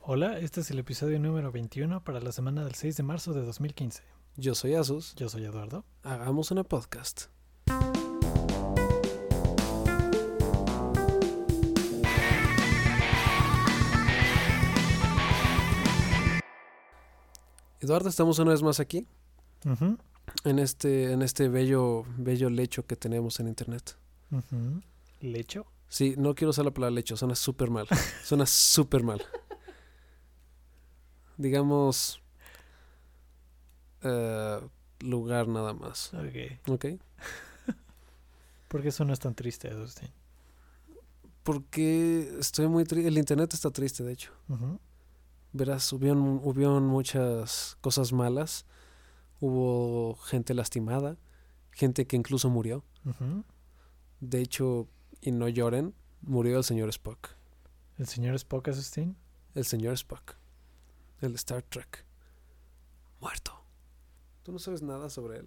Hola, este es el episodio número 21 para la semana del 6 de marzo de 2015. Yo soy Asus. Yo soy Eduardo. Hagamos una podcast. Eduardo, estamos una vez más aquí, Ujú, en este, en este bello, bello lecho que tenemos en internet. ujú. Lecho. Sí, no quiero usar la palabra lecho, suena súper mal. Suena súper mal. Digamos eh, lugar nada más. Ok. ¿Ok? ¿Por qué eso no es tan triste, Dustin? Porque estoy muy triste. El internet está triste, de hecho. Ujú, Verás, hubieron, hubieron muchas cosas malas. Hubo gente lastimada, gente que incluso murió. ujú. De hecho, y no lloren, murió el señor Spock. ¿El señor Spock, Dustin? El señor Spock. El Star Trek. Muerto. Tú no sabes nada sobre él.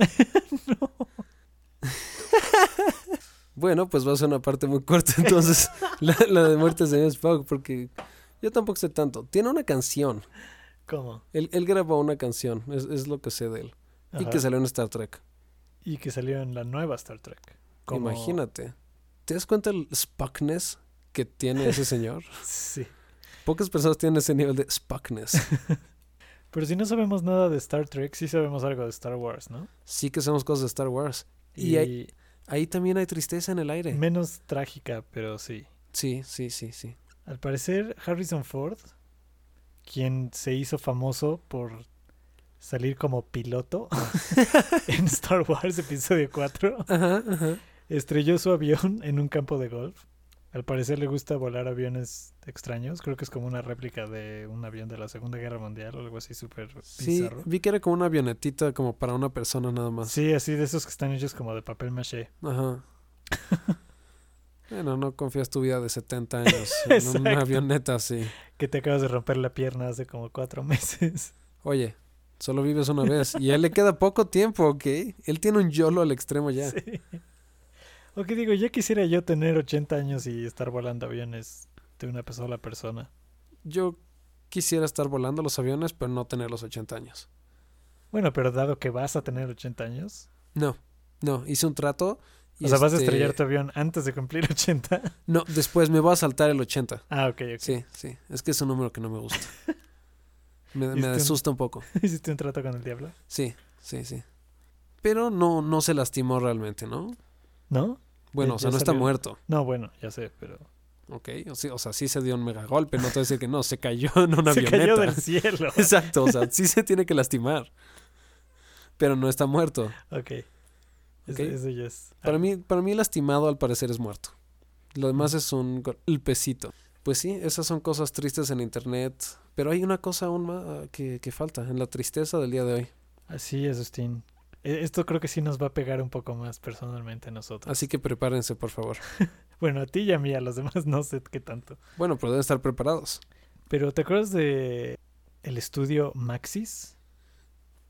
bueno, pues va a ser una parte muy corta entonces. la, la de muerte del señor Spock, porque yo tampoco sé tanto. Tiene una canción. ¿Cómo? Él, él grabó una canción, es, es lo que sé de él. Y Ajá. que salió en Star Trek. Y que salió en la nueva Star Trek. Como- Imagínate. ¿Te das cuenta el Spockness que tiene ese señor? Sí. Pocas personas tienen ese nivel de Spockness. Pero si no sabemos nada de Star Trek, sí sabemos algo de Star Wars, ¿no? Sí que sabemos cosas de Star Wars. Y, Y, ahí, ahí también hay tristeza en el aire. menos trágica, pero sí. Sí, sí, sí, sí. Al parecer, Harrison Ford, quien se hizo famoso por salir como piloto en Star Wars Episodio 4, Ajá, ajá. estrelló su avión en un campo de golf. Al parecer le gusta volar aviones extraños. Creo que es como una réplica de un avión de la Segunda Guerra Mundial o algo así súper Sí, bizarro. vi que era como una avionetita como para una persona nada más. Sí, así de esos que están hechos como de papel maché. Ajá. bueno, no confías tu vida de 70 años en Exacto. una avioneta así. Que te acabas de romper la pierna hace como cuatro meses. Oye, solo vives una vez y a él le queda poco tiempo, ¿ok? Él tiene un YOLO al extremo ya. Sí. O que digo, ya quisiera yo tener 80 años y estar volando aviones de una sola persona. Yo quisiera estar volando los aviones, pero no tener los 80 años. Bueno, pero dado que vas a tener 80 años, No, no, hice un trato. o sea, vas a este, estrellar tu avión antes de cumplir 80. No, después me va a saltar el 80. Ah, ok, ok. Sí, sí. Es que es un número que no me gusta. Me, me Hiciste un- asusta un poco. Hiciste un trato con el diablo. Sí, sí, sí. Pero no, no se lastimó realmente, ¿no? ¿No? Bueno, Ya- o sea, ya no está salió. muerto, No, bueno, ya sé, pero. ¿ok? O sea, o sea, sí se dio un mega golpe, no te voy a decir que no, se cayó en una Se avioneta. cayó del cielo. Exacto, o sea, sí se tiene que lastimar. Pero no está muerto. ok. Eso, Ok. eso ya es. Para mí, para mí lastimado al parecer es muerto. Lo demás es un golpecito. Pues sí, esas son cosas tristes en internet. Pero hay una cosa aún más que, que falta en la tristeza del día de hoy. Así es, Justin. E- Esto creo que sí nos va a pegar un poco más personalmente a nosotros. Así que prepárense, por favor. Bueno, a ti y a mí, a los demás no sé qué tanto. Bueno, pero deben estar preparados. Pero ¿te acuerdas de el estudio Maxis?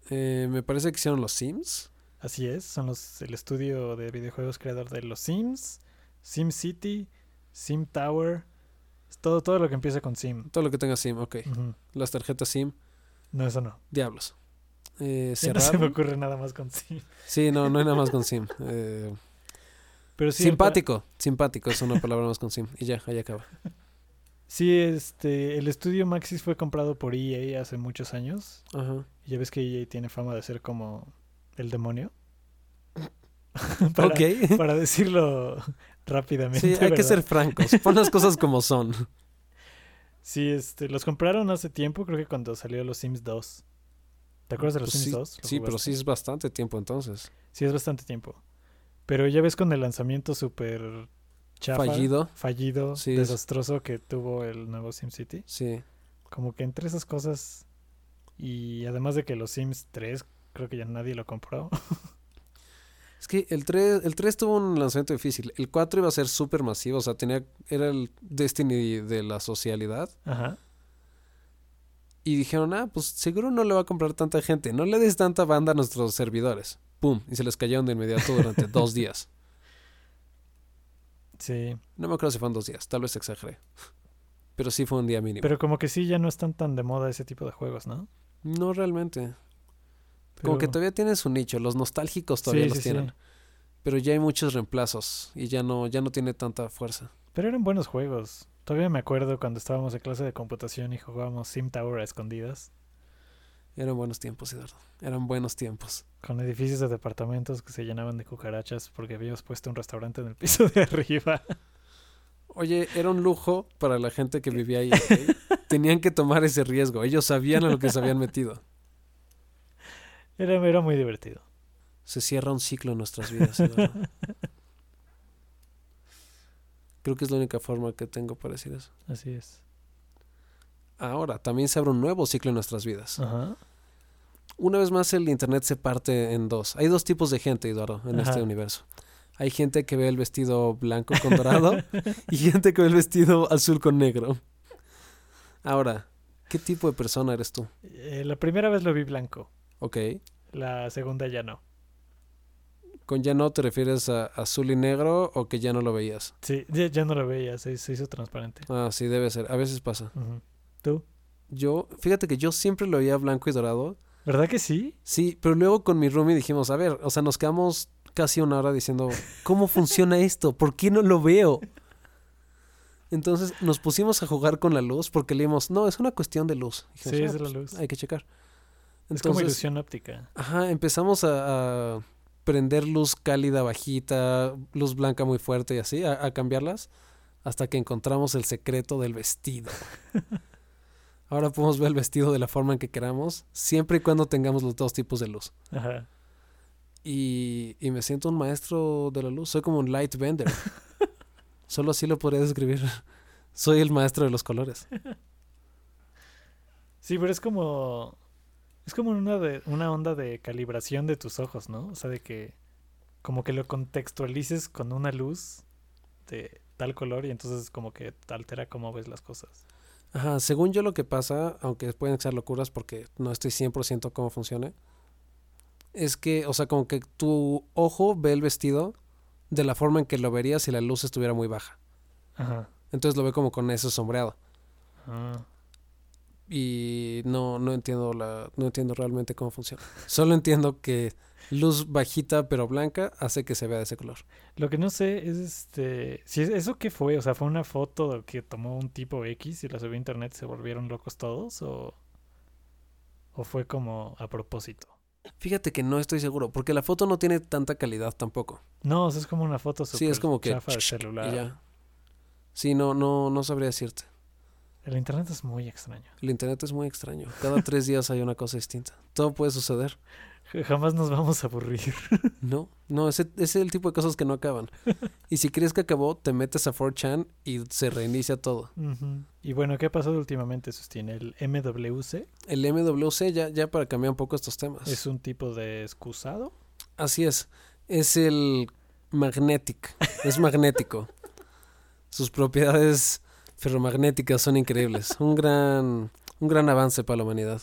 Eh, me parece que hicieron los Sims. Así es, son los el estudio de videojuegos creador de los Sims, Sim City, Sim Tower, es todo todo lo que empieza con Sim. Todo lo que tenga Sim, ok. Ujú. Las tarjetas Sim, No, eso no. diablos. Eh, Ya no se me cerraron. ocurre nada más con Sim. Sí, no, no hay nada más con Sim. Eh, Pero sí, simpático, simpático es una palabra más con Sim. Y ya, ahí acaba. el- sí, este el estudio Maxis fue comprado por EA hace muchos años. Ajá. Y ya ves que EA tiene fama de ser como el demonio. para, ok. para decirlo rápidamente. Sí, hay que ¿verdad? ser francos. Pon las cosas como son. Sí, este, los compraron hace tiempo, creo que cuando salió los Sims 2. ¿Te acuerdas de los Pues sí, Sims 2? ¿Lo Sí, pero jugaste? sí es bastante tiempo entonces. Sí, es bastante tiempo. Pero ya ves con el lanzamiento súper chafa, Fallido. fallido, Sí, es- desastroso que tuvo el nuevo SimCity. Sí. Como que entre esas cosas y además de que los Sims 3 creo que ya nadie lo compró. Es que el 3, el 3 tuvo un lanzamiento difícil. El 4 iba a ser súper masivo. O sea, tenía, era el Destiny de la socialidad. Ajá. Y dijeron, ah, pues seguro no le va a comprar tanta gente. No le des tanta banda a nuestros servidores. ¡Pum! Y se les cayeron de inmediato durante dos días. Sí. No me acuerdo si fueron dos días. Tal vez exageré. Pero sí fue un día mínimo. Pero como que sí, ya no están tan de moda ese tipo de juegos, ¿no? no realmente. Pero- Como que todavía tiene su nicho. Los nostálgicos todavía Sí, los sí, sí. tienen. Pero ya hay muchos reemplazos y ya no, ya no tiene tanta fuerza. Pero eran buenos juegos. Todavía me acuerdo cuando estábamos en clase de computación y jugábamos Sim Tower a escondidas, Eran buenos tiempos, Eduardo. Eran buenos tiempos. con edificios de departamentos que se llenaban de cucarachas porque habíamos puesto un restaurante en el piso de arriba. Oye, era un lujo para la gente que vivía ahí. ¿ok? Tenían que tomar ese riesgo. Ellos sabían a lo que se habían metido. Era, era muy divertido. Se cierra un ciclo en nuestras vidas. Eduardo. Creo que es la única forma que tengo para decir eso. Así es. Ahora, también se abre un nuevo ciclo en nuestras vidas. Ajá. Una vez más, el Internet se parte en dos. Hay dos tipos de gente, Eduardo, en Ajá. este universo. Hay gente que ve el vestido blanco con dorado y gente que ve el vestido azul con negro. Ahora, ¿qué tipo de persona eres tú? Eh, la primera vez lo vi blanco, Ok. la segunda ya no. ¿Con ya no te refieres a azul y negro o que ya no lo veías? Sí, ya, ya no lo veía, se, se hizo transparente. Ah, sí, debe ser. A veces pasa. Ujú. Yo, fíjate que yo siempre lo veía blanco y dorado. ¿Verdad que sí? Sí, pero luego con mi roomie dijimos, a ver, o sea, nos quedamos casi una hora diciendo, ¿cómo funciona esto? ¿Por qué no lo veo? Entonces nos pusimos a jugar con la luz porque leímos, no, es una cuestión de luz. Dijimos, Sí, "Ah, es de la pues, luz. Hay que checar. es como Entonces, ilusión óptica. ajá, empezamos a, a prender luz cálida bajita, luz blanca muy fuerte y así, a, a cambiarlas, hasta que encontramos el secreto del vestido. Ahora podemos ver el vestido de la forma en que queramos, siempre y cuando tengamos los dos tipos de luz Ajá. y, y me siento un maestro de la luz. Soy como un light bender. Solo así lo podría describir. Soy el maestro de los colores. Sí, pero es como. Es como una, de, una onda de calibración de tus ojos, ¿no? O sea, de que. Como que lo contextualices con una luz de tal color y entonces como que te altera cómo ves las cosas. Ajá, según yo lo que pasa, aunque pueden ser locuras porque no estoy 100% cómo funciona, es que, o sea, como que tu ojo ve el vestido de la forma en que lo vería si la luz estuviera muy baja. Ajá. Entonces lo ve como con eso sombreado. Ah, y no, no entiendo la, no entiendo realmente cómo funciona. Solo entiendo que luz bajita pero blanca hace que se vea de ese color. Lo que no sé es este. Si es- ¿Eso qué fue? O sea, ¿fue una foto que tomó un tipo X y la subió a internet y se volvieron locos todos? ¿O, o fue como a propósito? Fíjate que no estoy seguro, porque la foto no tiene tanta calidad tampoco. No, o sea, es como una foto Sí, es súper como que chafa de y celular. ya. Sí, no, no, no sabría decirte. El internet es muy extraño. El internet es muy extraño. Cada tres días hay una cosa distinta. Todo puede suceder. Jamás nos vamos a aburrir. No, no, ese, ese es el tipo de cosas que no acaban. Y si crees que acabó, te metes a 4chan y se reinicia todo. Y bueno, ¿qué ha pasado últimamente, Sustín? El MWC El MWC, ya, ya para cambiar un poco estos temas. es un tipo de excusado. Así es. Es el magnetic. Es magnético. Sus propiedades ferromagnéticas son increíbles. Un gran, un gran avance para la humanidad.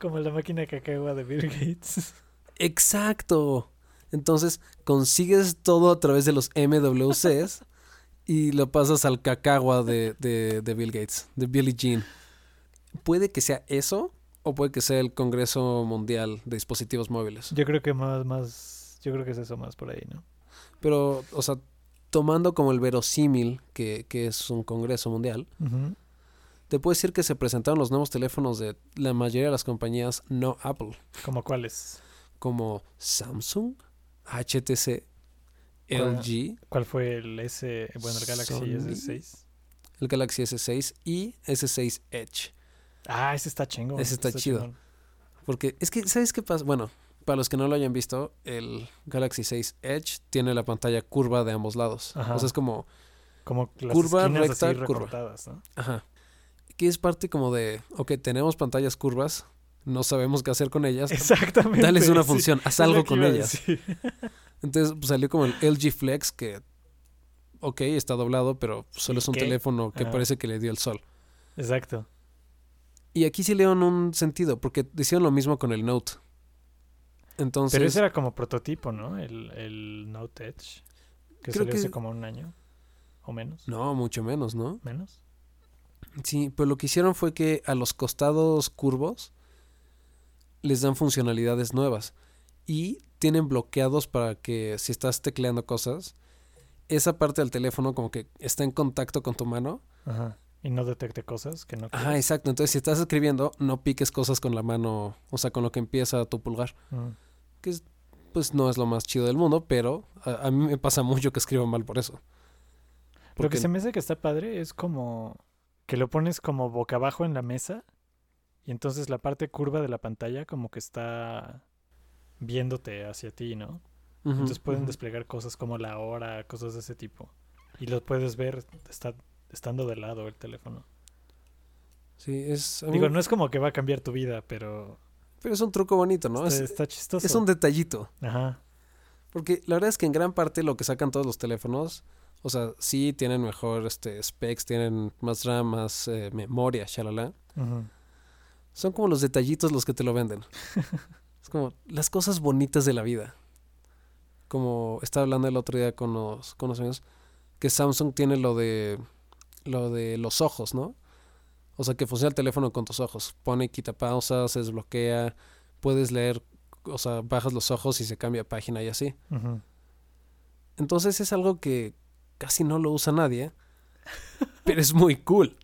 Como la máquina cacagua de Bill Gates. Exacto. Entonces consigues todo a través de los MWCs y lo pasas al cacagua de, de- de Bill Gates, de Billie Jean. Puede que sea eso o puede que sea el Congreso Mundial de Dispositivos Móviles. Yo creo que más, más, yo creo que es eso más por ahí, ¿no? Pero, o sea, tomando como el verosímil, que, que es un congreso mundial, Ujú. te puedo decir que se presentaron los nuevos teléfonos de la mayoría de las compañías no Apple, ¿Como cuáles? como Samsung, HTC, LG, ¿Cuál fue el S, bueno, el Galaxy Sony. S6? el Galaxy S6 y S6 Edge. Ah, ese está chingo. Ese está chido. Porque es que, ¿sabes qué pasa? Bueno, para los que no lo hayan visto, el Galaxy 6 Edge tiene la pantalla curva de ambos lados. Ajá. O sea, es como Como las Curva, esquinas así recta, curva. recortadas, ¿no? Ajá. Que es parte como de, ok, tenemos pantallas curvas, no sabemos qué hacer con ellas, Exactamente. dales una sí. función, haz Es lo algo que con iba a ellas. decir. Entonces pues, salió como el LG Flex que, ok, está doblado, pero solo es un ¿Qué? teléfono que Ajá. parece que le dio el sol. Exacto. Y aquí sí le dieron un sentido, porque hicieron lo mismo con el Note. Entonces, Pero ese era como prototipo, ¿no? El, el Note Edge. Que Creo salió que- hace como un año. O ¿O menos? No, mucho menos, ¿no? ¿Menos? Sí, pero lo que hicieron fue que a los costados curvos les dan funcionalidades nuevas y tienen bloqueados para que si estás tecleando cosas, esa parte del teléfono como que está en contacto con tu mano. Ajá. Y no detecte cosas que no... Ajá, exacto. Entonces, si estás escribiendo, no piques cosas con la mano, o sea, con lo que empieza tu pulgar. Mm. Que es- pues no es lo más chido del mundo, pero a, a mí me pasa mucho que escribo mal por eso. Lo que Porque- se me hace que está padre es como que lo pones como boca abajo en la mesa y entonces la parte curva de la pantalla como que está viéndote hacia ti, ¿no? Ujú, Entonces pueden ujú. desplegar cosas como la hora, cosas de ese tipo. Y lo puedes ver está, estando de lado el teléfono. Sí, es... a mí- Digo, no es como que va a cambiar tu vida, pero Pero es un truco bonito, ¿no? está, Es, está chistoso. es un detallito. Ajá. Porque la verdad es que en gran parte lo que sacan todos los teléfonos, o sea, sí tienen mejor este, specs, tienen más RAM, más eh, memoria, shalala. ujú. Son como los detallitos los que te lo venden. es como las cosas bonitas de la vida. Como estaba hablando el otro día con los, con los amigos, que Samsung tiene lo de, lo de los ojos, ¿no? O sea, que funciona el teléfono con tus ojos. Pone y quita pausas, se desbloquea, puedes leer, o sea, bajas los ojos y se cambia página y así. Ujú. Entonces es algo que casi no lo usa nadie, pero es muy cool.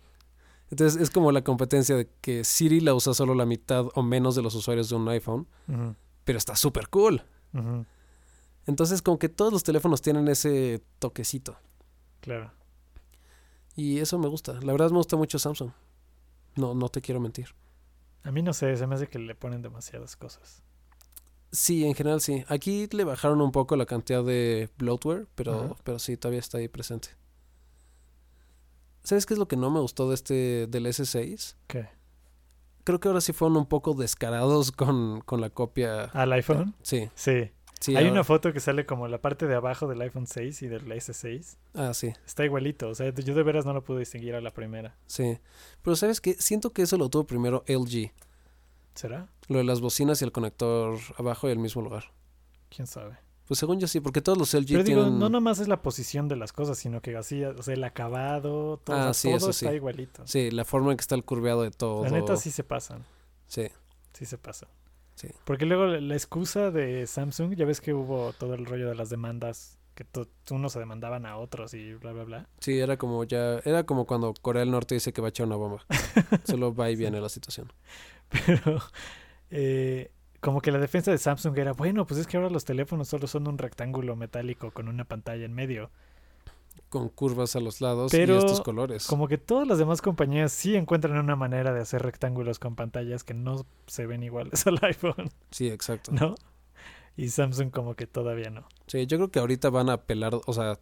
Entonces es como la competencia de que Siri la usa solo la mitad o menos de los usuarios de un iPhone, Ujú. pero está súper cool. Ujú. Entonces como que todos los teléfonos tienen ese toquecito. Claro. Y eso me gusta. La verdad me gusta mucho Samsung. No, no te quiero mentir. A mí no sé, se me hace que le ponen demasiadas cosas. Sí, en general sí. Aquí le bajaron un poco la cantidad de bloatware, pero, Ajá. pero sí, todavía está ahí presente. ¿Sabes qué es lo que no me gustó de este, del S6? ¿Qué? creo que ahora sí fueron un poco descarados con, con la copia. ¿Al iPhone? Sí, Sí. sí. ah, Hay ahora- una foto que sale como la parte de abajo del iPhone 6 y del S6. Ah, sí, Está igualito. O sea, yo de veras no lo pude distinguir a la primera. sí. Pero ¿sabes qué? Siento que eso lo tuvo primero LG. ¿Será? Lo de las bocinas y el conector abajo y el mismo lugar. ¿Quién sabe? Pues según yo sí, porque todos los LG Pero digo, tienen... no nomás es la posición de las cosas, sino que así, o sea, el acabado, todo, o sea, Ah, sí, todo eso está sí. igualito. Sí, la forma en que está el curveado de todo. La neta sí se pasan, Sí, sí se pasan. Sí. Porque luego la- la excusa de Samsung, ya ves que hubo todo el rollo de las demandas, que to- unos se demandaban a otros y bla, bla, bla. sí, era como ya... Era como cuando Corea del Norte dice que va a echar una bomba. Solo va y viene la situación. Pero eh, como que la defensa de Samsung era, bueno, pues es que ahora los teléfonos solo son un rectángulo metálico con una pantalla en medio. Con curvas a los lados Pero- y estos colores. Como que todas las demás compañías sí encuentran una manera de hacer rectángulos con pantallas que no se ven iguales al iPhone, Sí, exacto. ¿no? Y Samsung como que todavía no. Sí, yo creo que ahorita van a apelar, o sea,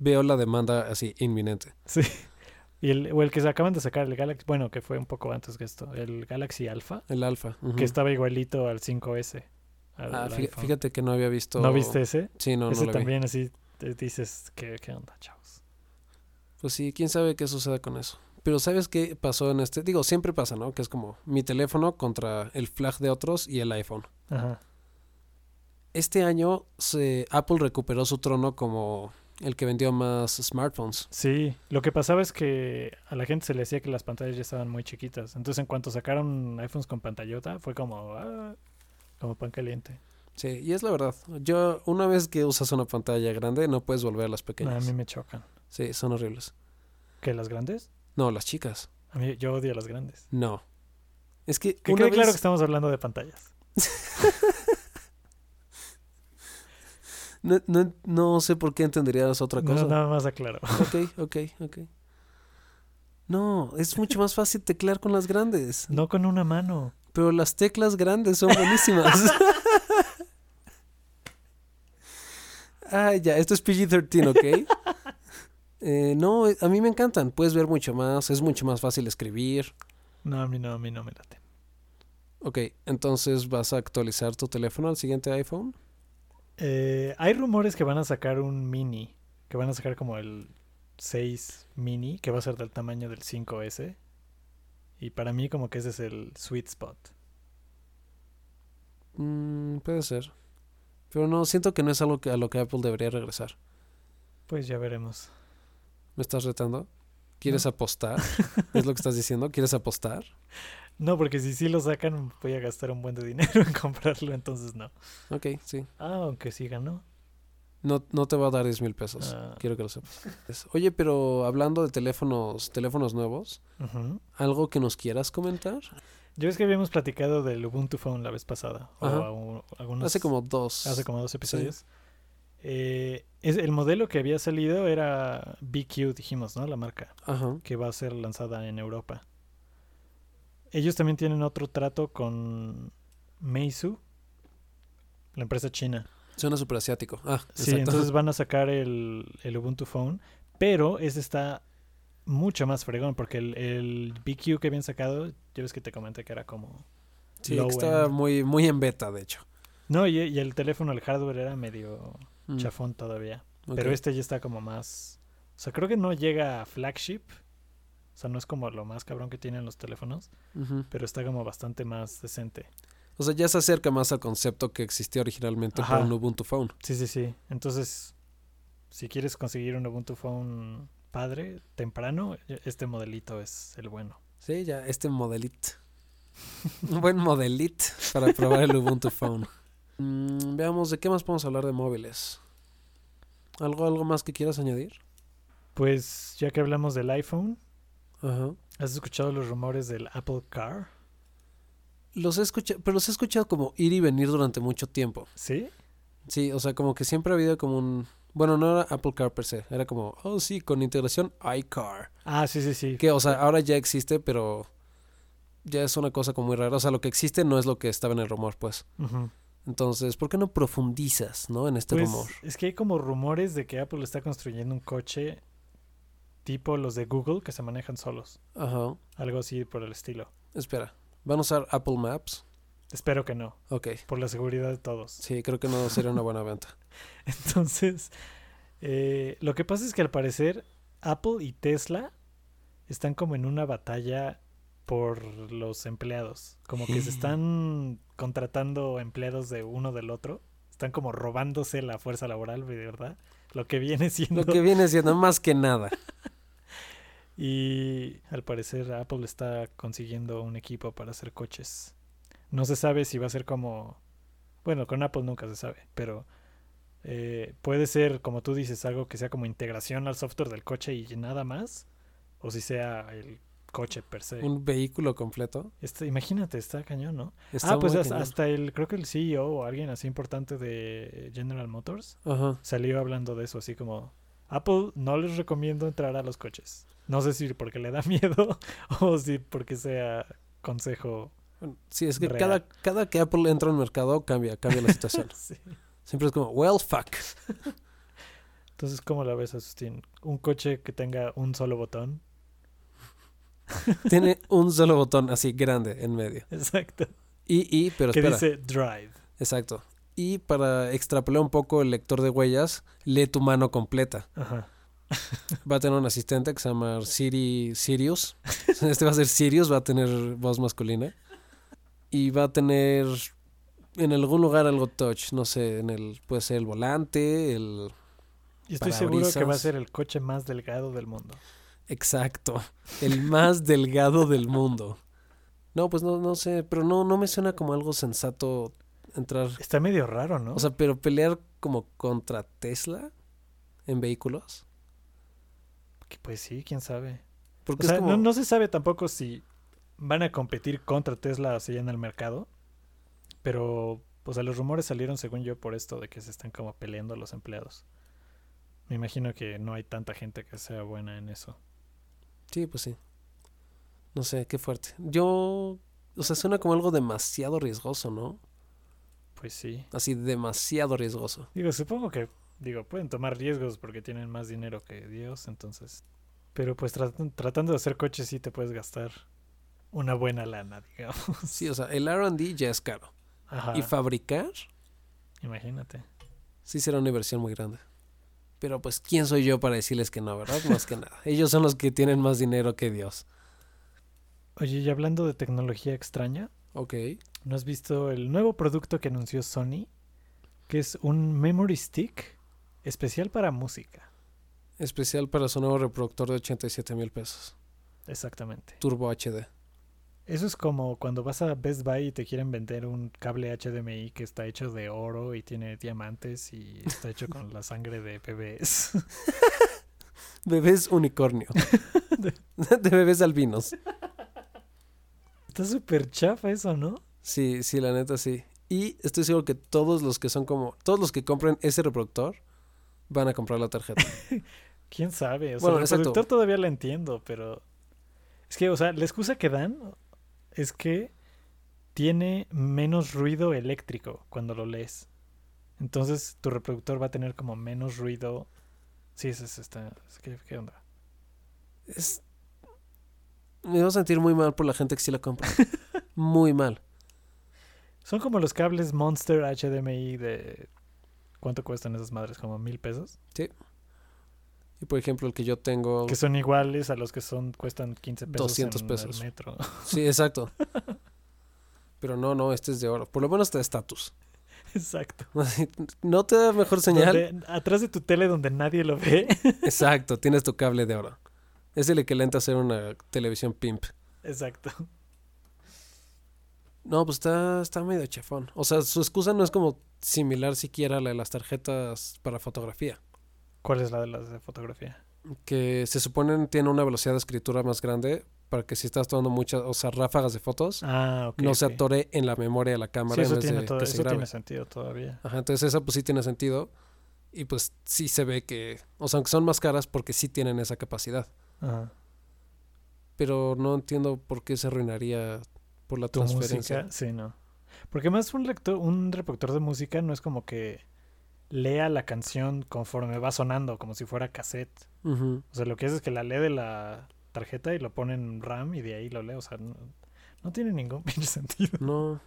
veo la demanda así inminente. Sí. Y el, o el que se acaban de sacar, el Galaxy, bueno, que fue un poco antes que esto, el Galaxy Alpha, El alfa. ujú. que estaba igualito al 5S. al Ah, fí- iPhone. fíjate que no había visto. ¿No viste ese? Sí, no, ese no lo vi. también así te dices, ¿qué, qué onda, chavos? Pues sí, quién sabe qué suceda con eso. Pero ¿sabes qué pasó en este? Digo, siempre pasa, ¿no? Que es como mi teléfono contra el flag de otros y el iPhone. Ajá. Este año se, Apple recuperó su trono como el que vendió más smartphones. Sí, lo que pasaba es que a la gente se le decía que las pantallas ya estaban muy chiquitas. Entonces, en cuanto sacaron iPhones con pantallota, fue como, ah, como pan caliente. Sí, y es la verdad. Yo, una vez que usas una pantalla grande, no puedes volver a las Nah, a pequeñas. mí me chocan. Sí, son horribles. ¿Que las grandes? No, las chicas. A mí, yo odio las grandes. No. Es que. Que una quede claro vez- que estamos hablando de pantallas. no, no- no sé por qué entenderías otra No, cosa. nada más aclaro. Ok, ok, ok. No, es mucho más fácil teclar con las grandes. No con una mano. Pero las teclas grandes son buenísimas. ah, ya, esto es PG-13, ¿ok? Eh, no, a mí me encantan. Puedes ver mucho más, es mucho más fácil escribir. No, a mí no, a mí no me late. Ok, entonces vas a actualizar tu teléfono al siguiente iPhone. Eh, hay rumores que van a sacar un mini, que van a sacar como el 6 mini, que va a ser del tamaño del 5S. Y para mí como que ese es el sweet spot. Mm, puede ser. Pero no, siento que no es algo que, a lo que Apple debería regresar. Pues ya veremos. ¿Me estás retando? ¿Quieres apostar? ¿Es lo que estás diciendo? ¿Quieres apostar? No, porque si sí lo sacan, voy a gastar un buen de dinero en comprarlo, entonces no. Ok, sí. Ah, aunque sí ganó. No, no te va a dar 10 mil pesos. Ah. Quiero que lo sepas. Es- Oye, pero hablando de teléfonos, teléfonos nuevos, Ujú. ¿algo que nos quieras comentar? Yo es que habíamos platicado del Ubuntu Phone la vez pasada. O Ajá. a un- algunos, Hace como dos. hace como dos episodios. Eh, es, el modelo que había salido era BQ, dijimos, ¿no? La marca. Ajá. que va a ser lanzada en Europa. Ellos también tienen otro trato con Meizu, la empresa china. Suena súper asiático. Ah, Sí, exacto. entonces van a sacar el, el Ubuntu Phone, pero ese está mucho más fregón, porque el, el BQ que habían sacado, yo ves que te comenté que era como... Sí, low que está end. muy, muy en beta, de hecho. No, y, y el teléfono, el hardware era medio Mm, chafón todavía, ok. pero este ya está como más... O sea, creo que no llega a flagship, o sea, no es como lo más cabrón que tienen los teléfonos. Ujú. pero está como bastante más decente. O sea, ya se acerca más al concepto que existía originalmente Ajá. para un Ubuntu Phone. Sí, sí, sí. Entonces, si quieres conseguir un Ubuntu Phone padre temprano, e- este modelito es el bueno. Sí, ya, este modelito. un buen modelito para probar el Ubuntu Phone. Mm, veamos, ¿de qué más podemos hablar de móviles? ¿Algo, algo más que quieras añadir? Pues ya que hablamos del iPhone, Ajá. ¿has escuchado los rumores del Apple Car? Los he escuchado, pero los he escuchado como ir y venir durante mucho tiempo. ¿Sí? Sí, o sea, como que siempre ha habido como un... Bueno, no era Apple Car per se, era como, oh sí, con integración iCar. Ah, sí, sí, sí. Que, o sea, ahora ya existe, pero ya es una cosa como muy rara. O sea, lo que existe no es lo que estaba en el rumor, pues. Ujú. Entonces, ¿por qué no profundizas, no? En este Pues, rumor. es que hay como rumores de que Apple está construyendo un coche tipo los de Google que se manejan solos. Ajá. Algo así por el estilo. Espera. ¿Van a usar Apple Maps? Espero que no, Ok. por la seguridad de todos. Sí, creo que no sería una buena venta. Entonces, eh, lo que pasa es que al parecer Apple y Tesla están como en una batalla por los empleados. Como que se están contratando empleados de uno del otro. Están como robándose la fuerza laboral, de verdad. Lo que viene siendo. Lo que viene siendo más que nada. Y al parecer Apple está consiguiendo un equipo para hacer coches. No se sabe si va a ser como... Bueno, con Apple nunca se sabe, pero eh, puede ser, como tú dices, algo que sea como integración al software del coche y nada más. O si sea el coche per se. Un vehículo completo. Este, imagínate, está cañón, ¿no? Está ah, pues muy hasta, cañón. hasta el, creo que el CEO o alguien así importante de General Motors Ajá. salió hablando de eso, así como Apple no les recomiendo entrar a los coches. No sé si porque le da miedo o si porque sea consejo. Bueno, Sí, es que Real. cada, cada que Apple entra al mercado cambia, cambia la situación. Sí. Siempre es como, well, fuck. Entonces, ¿cómo la ves, Asustín? Un coche que tenga un solo botón. Tiene un solo botón así grande en medio. Exacto. Y, y, pero Que espera. dice Drive. Exacto. Y para extrapolar un poco el lector de huellas, lee tu mano completa. Ajá. Va a tener un asistente que se llama Siri Sirius. Este va a ser Sirius, va a tener voz masculina. Y va a tener en algún lugar algo touch, no sé, en el puede ser el volante, el Y estoy seguro que va a Parabrisas. ser el coche más delgado del mundo. exacto, el más delgado del mundo. No, pues no no sé, pero no no me suena como algo sensato entrar Está medio raro, ¿no? O sea, pero pelear como contra Tesla en vehículos. Que pues sí, quién sabe. O Porque sea, es como. no, no se sabe tampoco si van a competir contra Tesla así en el mercado. Pero, o sea, los rumores salieron, según yo, por esto de que se están como peleando los empleados. Me imagino que no hay tanta gente que sea buena en eso. Sí, pues sí. No sé, qué fuerte. Yo. O sea, suena como algo demasiado riesgoso, ¿no? Pues sí. Así, demasiado riesgoso. Digo, supongo que, digo, pueden tomar riesgos porque tienen más dinero que Dios, entonces. Pero pues trat- tratando de hacer coches sí te puedes gastar una buena lana, digamos. Sí, o sea, el RD ya es caro. Ajá. Y fabricar Imagínate. sí será una inversión muy grande. Pero pues, ¿quién soy yo para decirles que no, verdad? Más que nada. Ellos son los que tienen más dinero que Dios. Oye, y hablando de tecnología extraña, Ok. ¿No has visto el nuevo producto que anunció Sony? Que es un memory stick especial para música. Especial para su nuevo reproductor de 87 mil pesos. Exactamente. Turbo HD. Eso es como cuando vas a Best Buy y te quieren vender un cable HDMI que está hecho de oro y tiene diamantes y está hecho con la sangre de bebés. Bebés unicornio. de bebés albinos. Está súper chafa eso, ¿no? Sí, sí, la neta sí. Y estoy seguro que todos los que son como. Todos los que compren ese reproductor van a comprar la tarjeta. ¿Quién sabe? O sea, Bueno, el exacto. productor todavía la entiendo, pero. Es que, o sea, la excusa que dan es que tiene menos ruido eléctrico cuando lo lees. Entonces tu reproductor va a tener como menos ruido. Sí, es, es, está. es que- ¿Qué onda? Es- Me voy a sentir muy mal por la gente que sí la compra. Muy mal. Son como los cables Monster HDMI de. ¿Cuánto cuestan esas madres? ¿Como mil pesos? Y por ejemplo, el que yo tengo. Que son iguales a los que son cuestan 15 pesos. 200 en pesos. El metro. Sí, exacto. Pero no, no, este es de oro. Por lo menos te da estatus. Exacto. No te da mejor señal. Donde- atrás de tu tele donde nadie lo ve. Exacto, tienes tu cable de oro. Es el equivalente a hacer una televisión pimp. Exacto. No, pues está, está medio chafón. O sea, su excusa no es como similar siquiera a la de las tarjetas para fotografía. ¿Cuál es la de las de fotografía? Que se suponen tiene una velocidad de escritura más grande para que si estás tomando muchas, o sea, ráfagas de fotos, Ah, ok. no se ok. atore en la memoria de la cámara Sí, en eso vez tiene, de todo- que se eso grabe. tiene sentido todavía. Ajá, entonces esa pues sí tiene sentido. Y pues sí se ve que, o sea, aunque son más caras porque sí tienen esa capacidad. Ajá. Pero no entiendo por qué se arruinaría por la Tu transferencia. música, sí, no. Porque más un lector, un reproductor de música no es como que lea la canción conforme va sonando, como si fuera cassette. Ujú. O sea, lo que hace es que la lee de la tarjeta y lo pone en RAM y de ahí lo lee. O sea, no, no tiene ningún pinche sentido. No,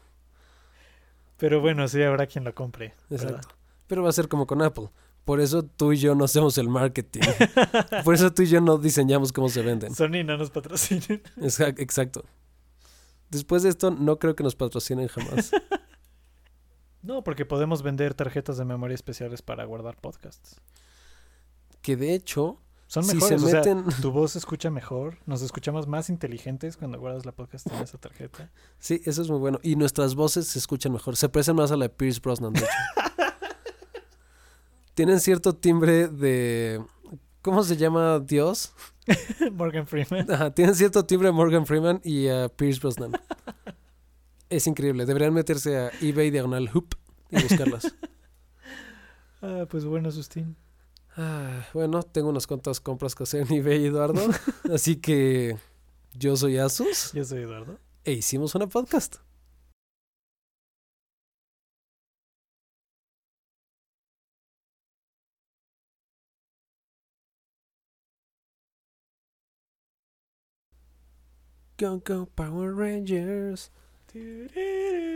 Pero bueno, sí habrá quien lo compre. ¿verdad? exacto. Pero va a ser como con Apple. Por eso tú y yo no hacemos el marketing. Por eso tú y yo no diseñamos cómo se venden. Sony no nos patrocina. Exa- Exacto. Después de esto, no creo que nos patrocinen jamás. No, porque podemos vender tarjetas de memoria especiales para guardar podcasts. Que de hecho, Son si se mejores, o sea, meten, tu voz se escucha mejor, nos escuchamos más inteligentes cuando guardas la podcast en esa tarjeta. sí, eso es muy bueno. Y nuestras voces se escuchan mejor. Se parecen más a la de Pierce Brosnan, de hecho. Tienen cierto timbre de. ¿Cómo se llama Dios? Morgan Freeman. Ajá, tienen cierto timbre a Morgan Freeman y a Pierce Brosnan. es increíble. Deberían meterse a eBay diagonal hoop y buscarlas. Ah, pues bueno, Sustín. Ah, bueno, tengo unas cuantas compras que hacer en eBay, Eduardo. Así que yo soy Asus Yo soy Eduardo. e hicimos una podcast. Go, go, Power Rangers. Tururú.